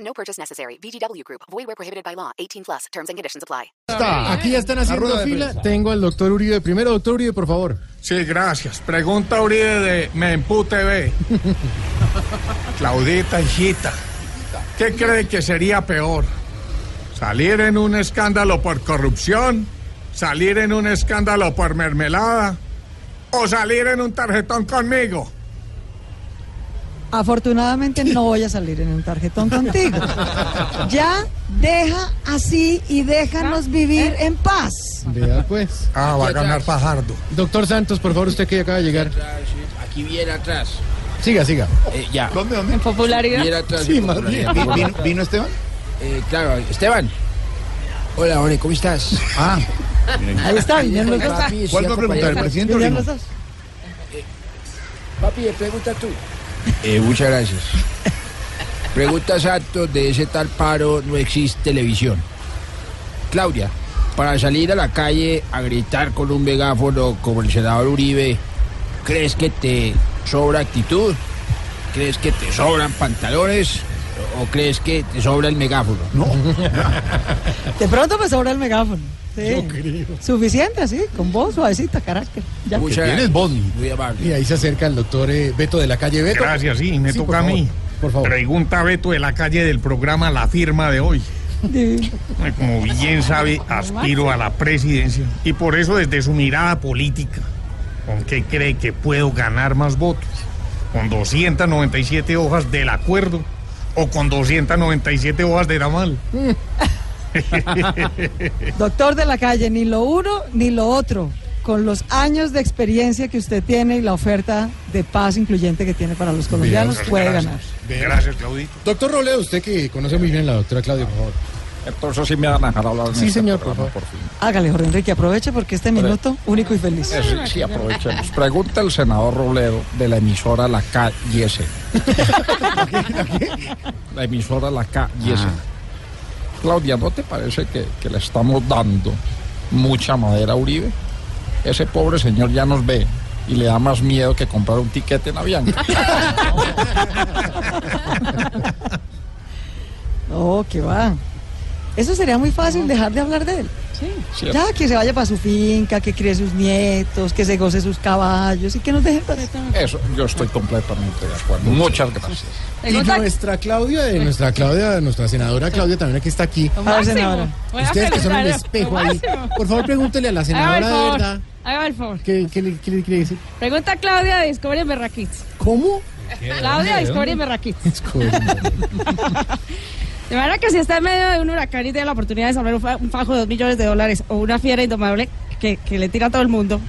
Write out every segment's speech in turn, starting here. No purchase necessary. VGW Group. Void where prohibited by law. 18 plus. Terms and conditions apply. Está, aquí ya están haciendo fila. Tengo al doctor Uribe. Primero, doctor Uribe, por favor. Sí, gracias. Pregunta Uribe de Menpú TV. Claudita, hijita, ¿qué cree que sería peor? ¿Salir en un escándalo por corrupción? ¿Salir en un escándalo por mermelada? ¿O salir en un tarjetón conmigo? Afortunadamente no voy a salir en un tarjetón contigo. Ya deja así y déjanos vivir en paz. Vea, pues. Ah, va a ganar Fajardo. Doctor Santos, por favor, usted que acaba de llegar. Aquí bien atrás. Siga, siga. Eh, ya. En popularidad. Bien atrás. Sí, más bien. Bien. ¿Vino Esteban? Eh, claro, Esteban. Hola, One, ¿cómo estás? Ah, Ahí está, vinieron los dos. Papi, ¿cuál sí, va a preguntar? ¿El acompañado. presidente o Vinieron Lino? los dos. Papi, pregunta tú. Eh, muchas gracias. Pregunta Santos de ese tal paro no existe televisión. Claudia, para salir a la calle a gritar con un megáfono como el senador Uribe, ¿crees que te sobra actitud? ¿Crees que te sobran pantalones? ¿O crees que te sobra el megáfono? De pronto me sobra el megáfono. Sí. Suficiente, así, con voz suavecita, carácter. Ya. Muchas Tienes gracias. voz. Muy amable. Y ahí se acerca el doctor eh, Beto de la calle Beto. Gracias, sí, me Sí, por toca a favor, mí. por favor. Pregunta Beto de la calle del programa La Firma de hoy. Divino. Como bien sabe, aspiro a la presidencia. Y por eso, desde su mirada política, ¿con qué cree que puedo ganar más votos? ¿Con 297 hojas del acuerdo o con 297 hojas de Ramal? Doctor de la calle, ni lo uno ni lo otro. Con los años de experiencia que usted tiene y la oferta de paz incluyente que tiene para los colombianos, puede ganar. Gracias, Claudito. Doctor Robledo, usted que conoce muy bien a la doctora Claudia, por favor. Entonces sí me van a dejar hablar. en Sí, este señor, programa, por por fin. Hágale, Jorge Enrique, aproveche porque este minuto único y feliz. Eh, sí, sí, aprovechemos. Pregunta el senador Robledo de la emisora La KYS. la emisora La KYS. Claudia, ¿no te parece que, que le estamos dando mucha madera a Uribe? Ese pobre señor ya nos ve y le da más miedo que comprar un tiquete en Avianca. No, que va. Eso sería muy fácil dejar de hablar de él. ¿cierto? Ya que se vaya para su finca, que críe sus nietos, que se goce sus caballos y que nos deje en paz. Eso, yo estoy completamente de acuerdo. Muchas gracias. Y nuestra Claudia, de nuestra Claudia, nuestra senadora Claudia también que está aquí. A ver, senadora. Ustedes que son el espejo ahí. Por favor, pregúntele a la senadora de verdad. Hágame el favor. ¿Qué, qué le- qué le quiere decir? Pregunta a Claudia de Discovery Berraquitos. ¿Cómo? Claudia de Discovery Berraquitos. De manera que si está en medio de un huracán y tiene la oportunidad de salvar un, fa- un fajo de dos millones de dólares o una fiera indomable que, que le tira a todo el mundo,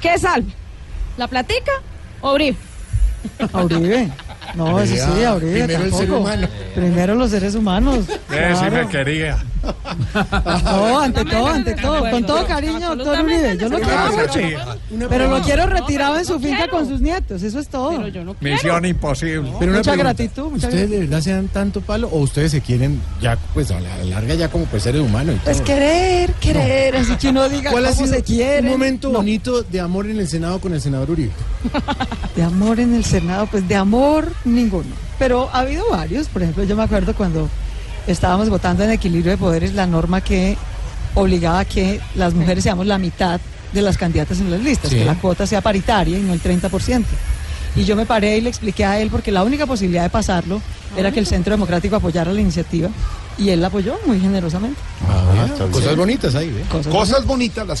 ¿qué salva? ¿La platica o Uribe? A Uribe. No, eso sí, a Uribe. Primero el ser tampoco. humano. Primero los seres humanos. claro. quería. No, ante todo, ante De todo. acuerdo. Con todo cariño, doctor Uribe. Yo lo quiero Gracias, mucho. sí. Pero lo quiero retirado pero en su no finca quiero. con sus nietos. Eso es todo. Pero yo no quiero. Misión imposible. Pero una Mucha pregunta, gratitud, mucha ¿Ustedes de verdad se dan tanto palo o ustedes se quieren ya, pues a la larga ya como pues seres humanos? y Es todo? querer, querer. Así que uno diga ¿Cuál ha cómo sido se quiere. un momento bonito de amor en el Senado con el senador Uribe? De amor en el Senado, pues de amor ninguno. Pero ha habido varios, por ejemplo, yo me acuerdo cuando estábamos votando en equilibrio de poderes la norma que obligaba a que las mujeres seamos la mitad de las candidatas en las listas, Sí. que la cuota sea paritaria y no el 30%. Y yo me paré y le expliqué a él porque la única posibilidad de pasarlo era que el Centro Democrático apoyara la iniciativa y él la apoyó muy generosamente. cosas bonitas ahí, ¿eh? Cosas Cosas bonitas las que...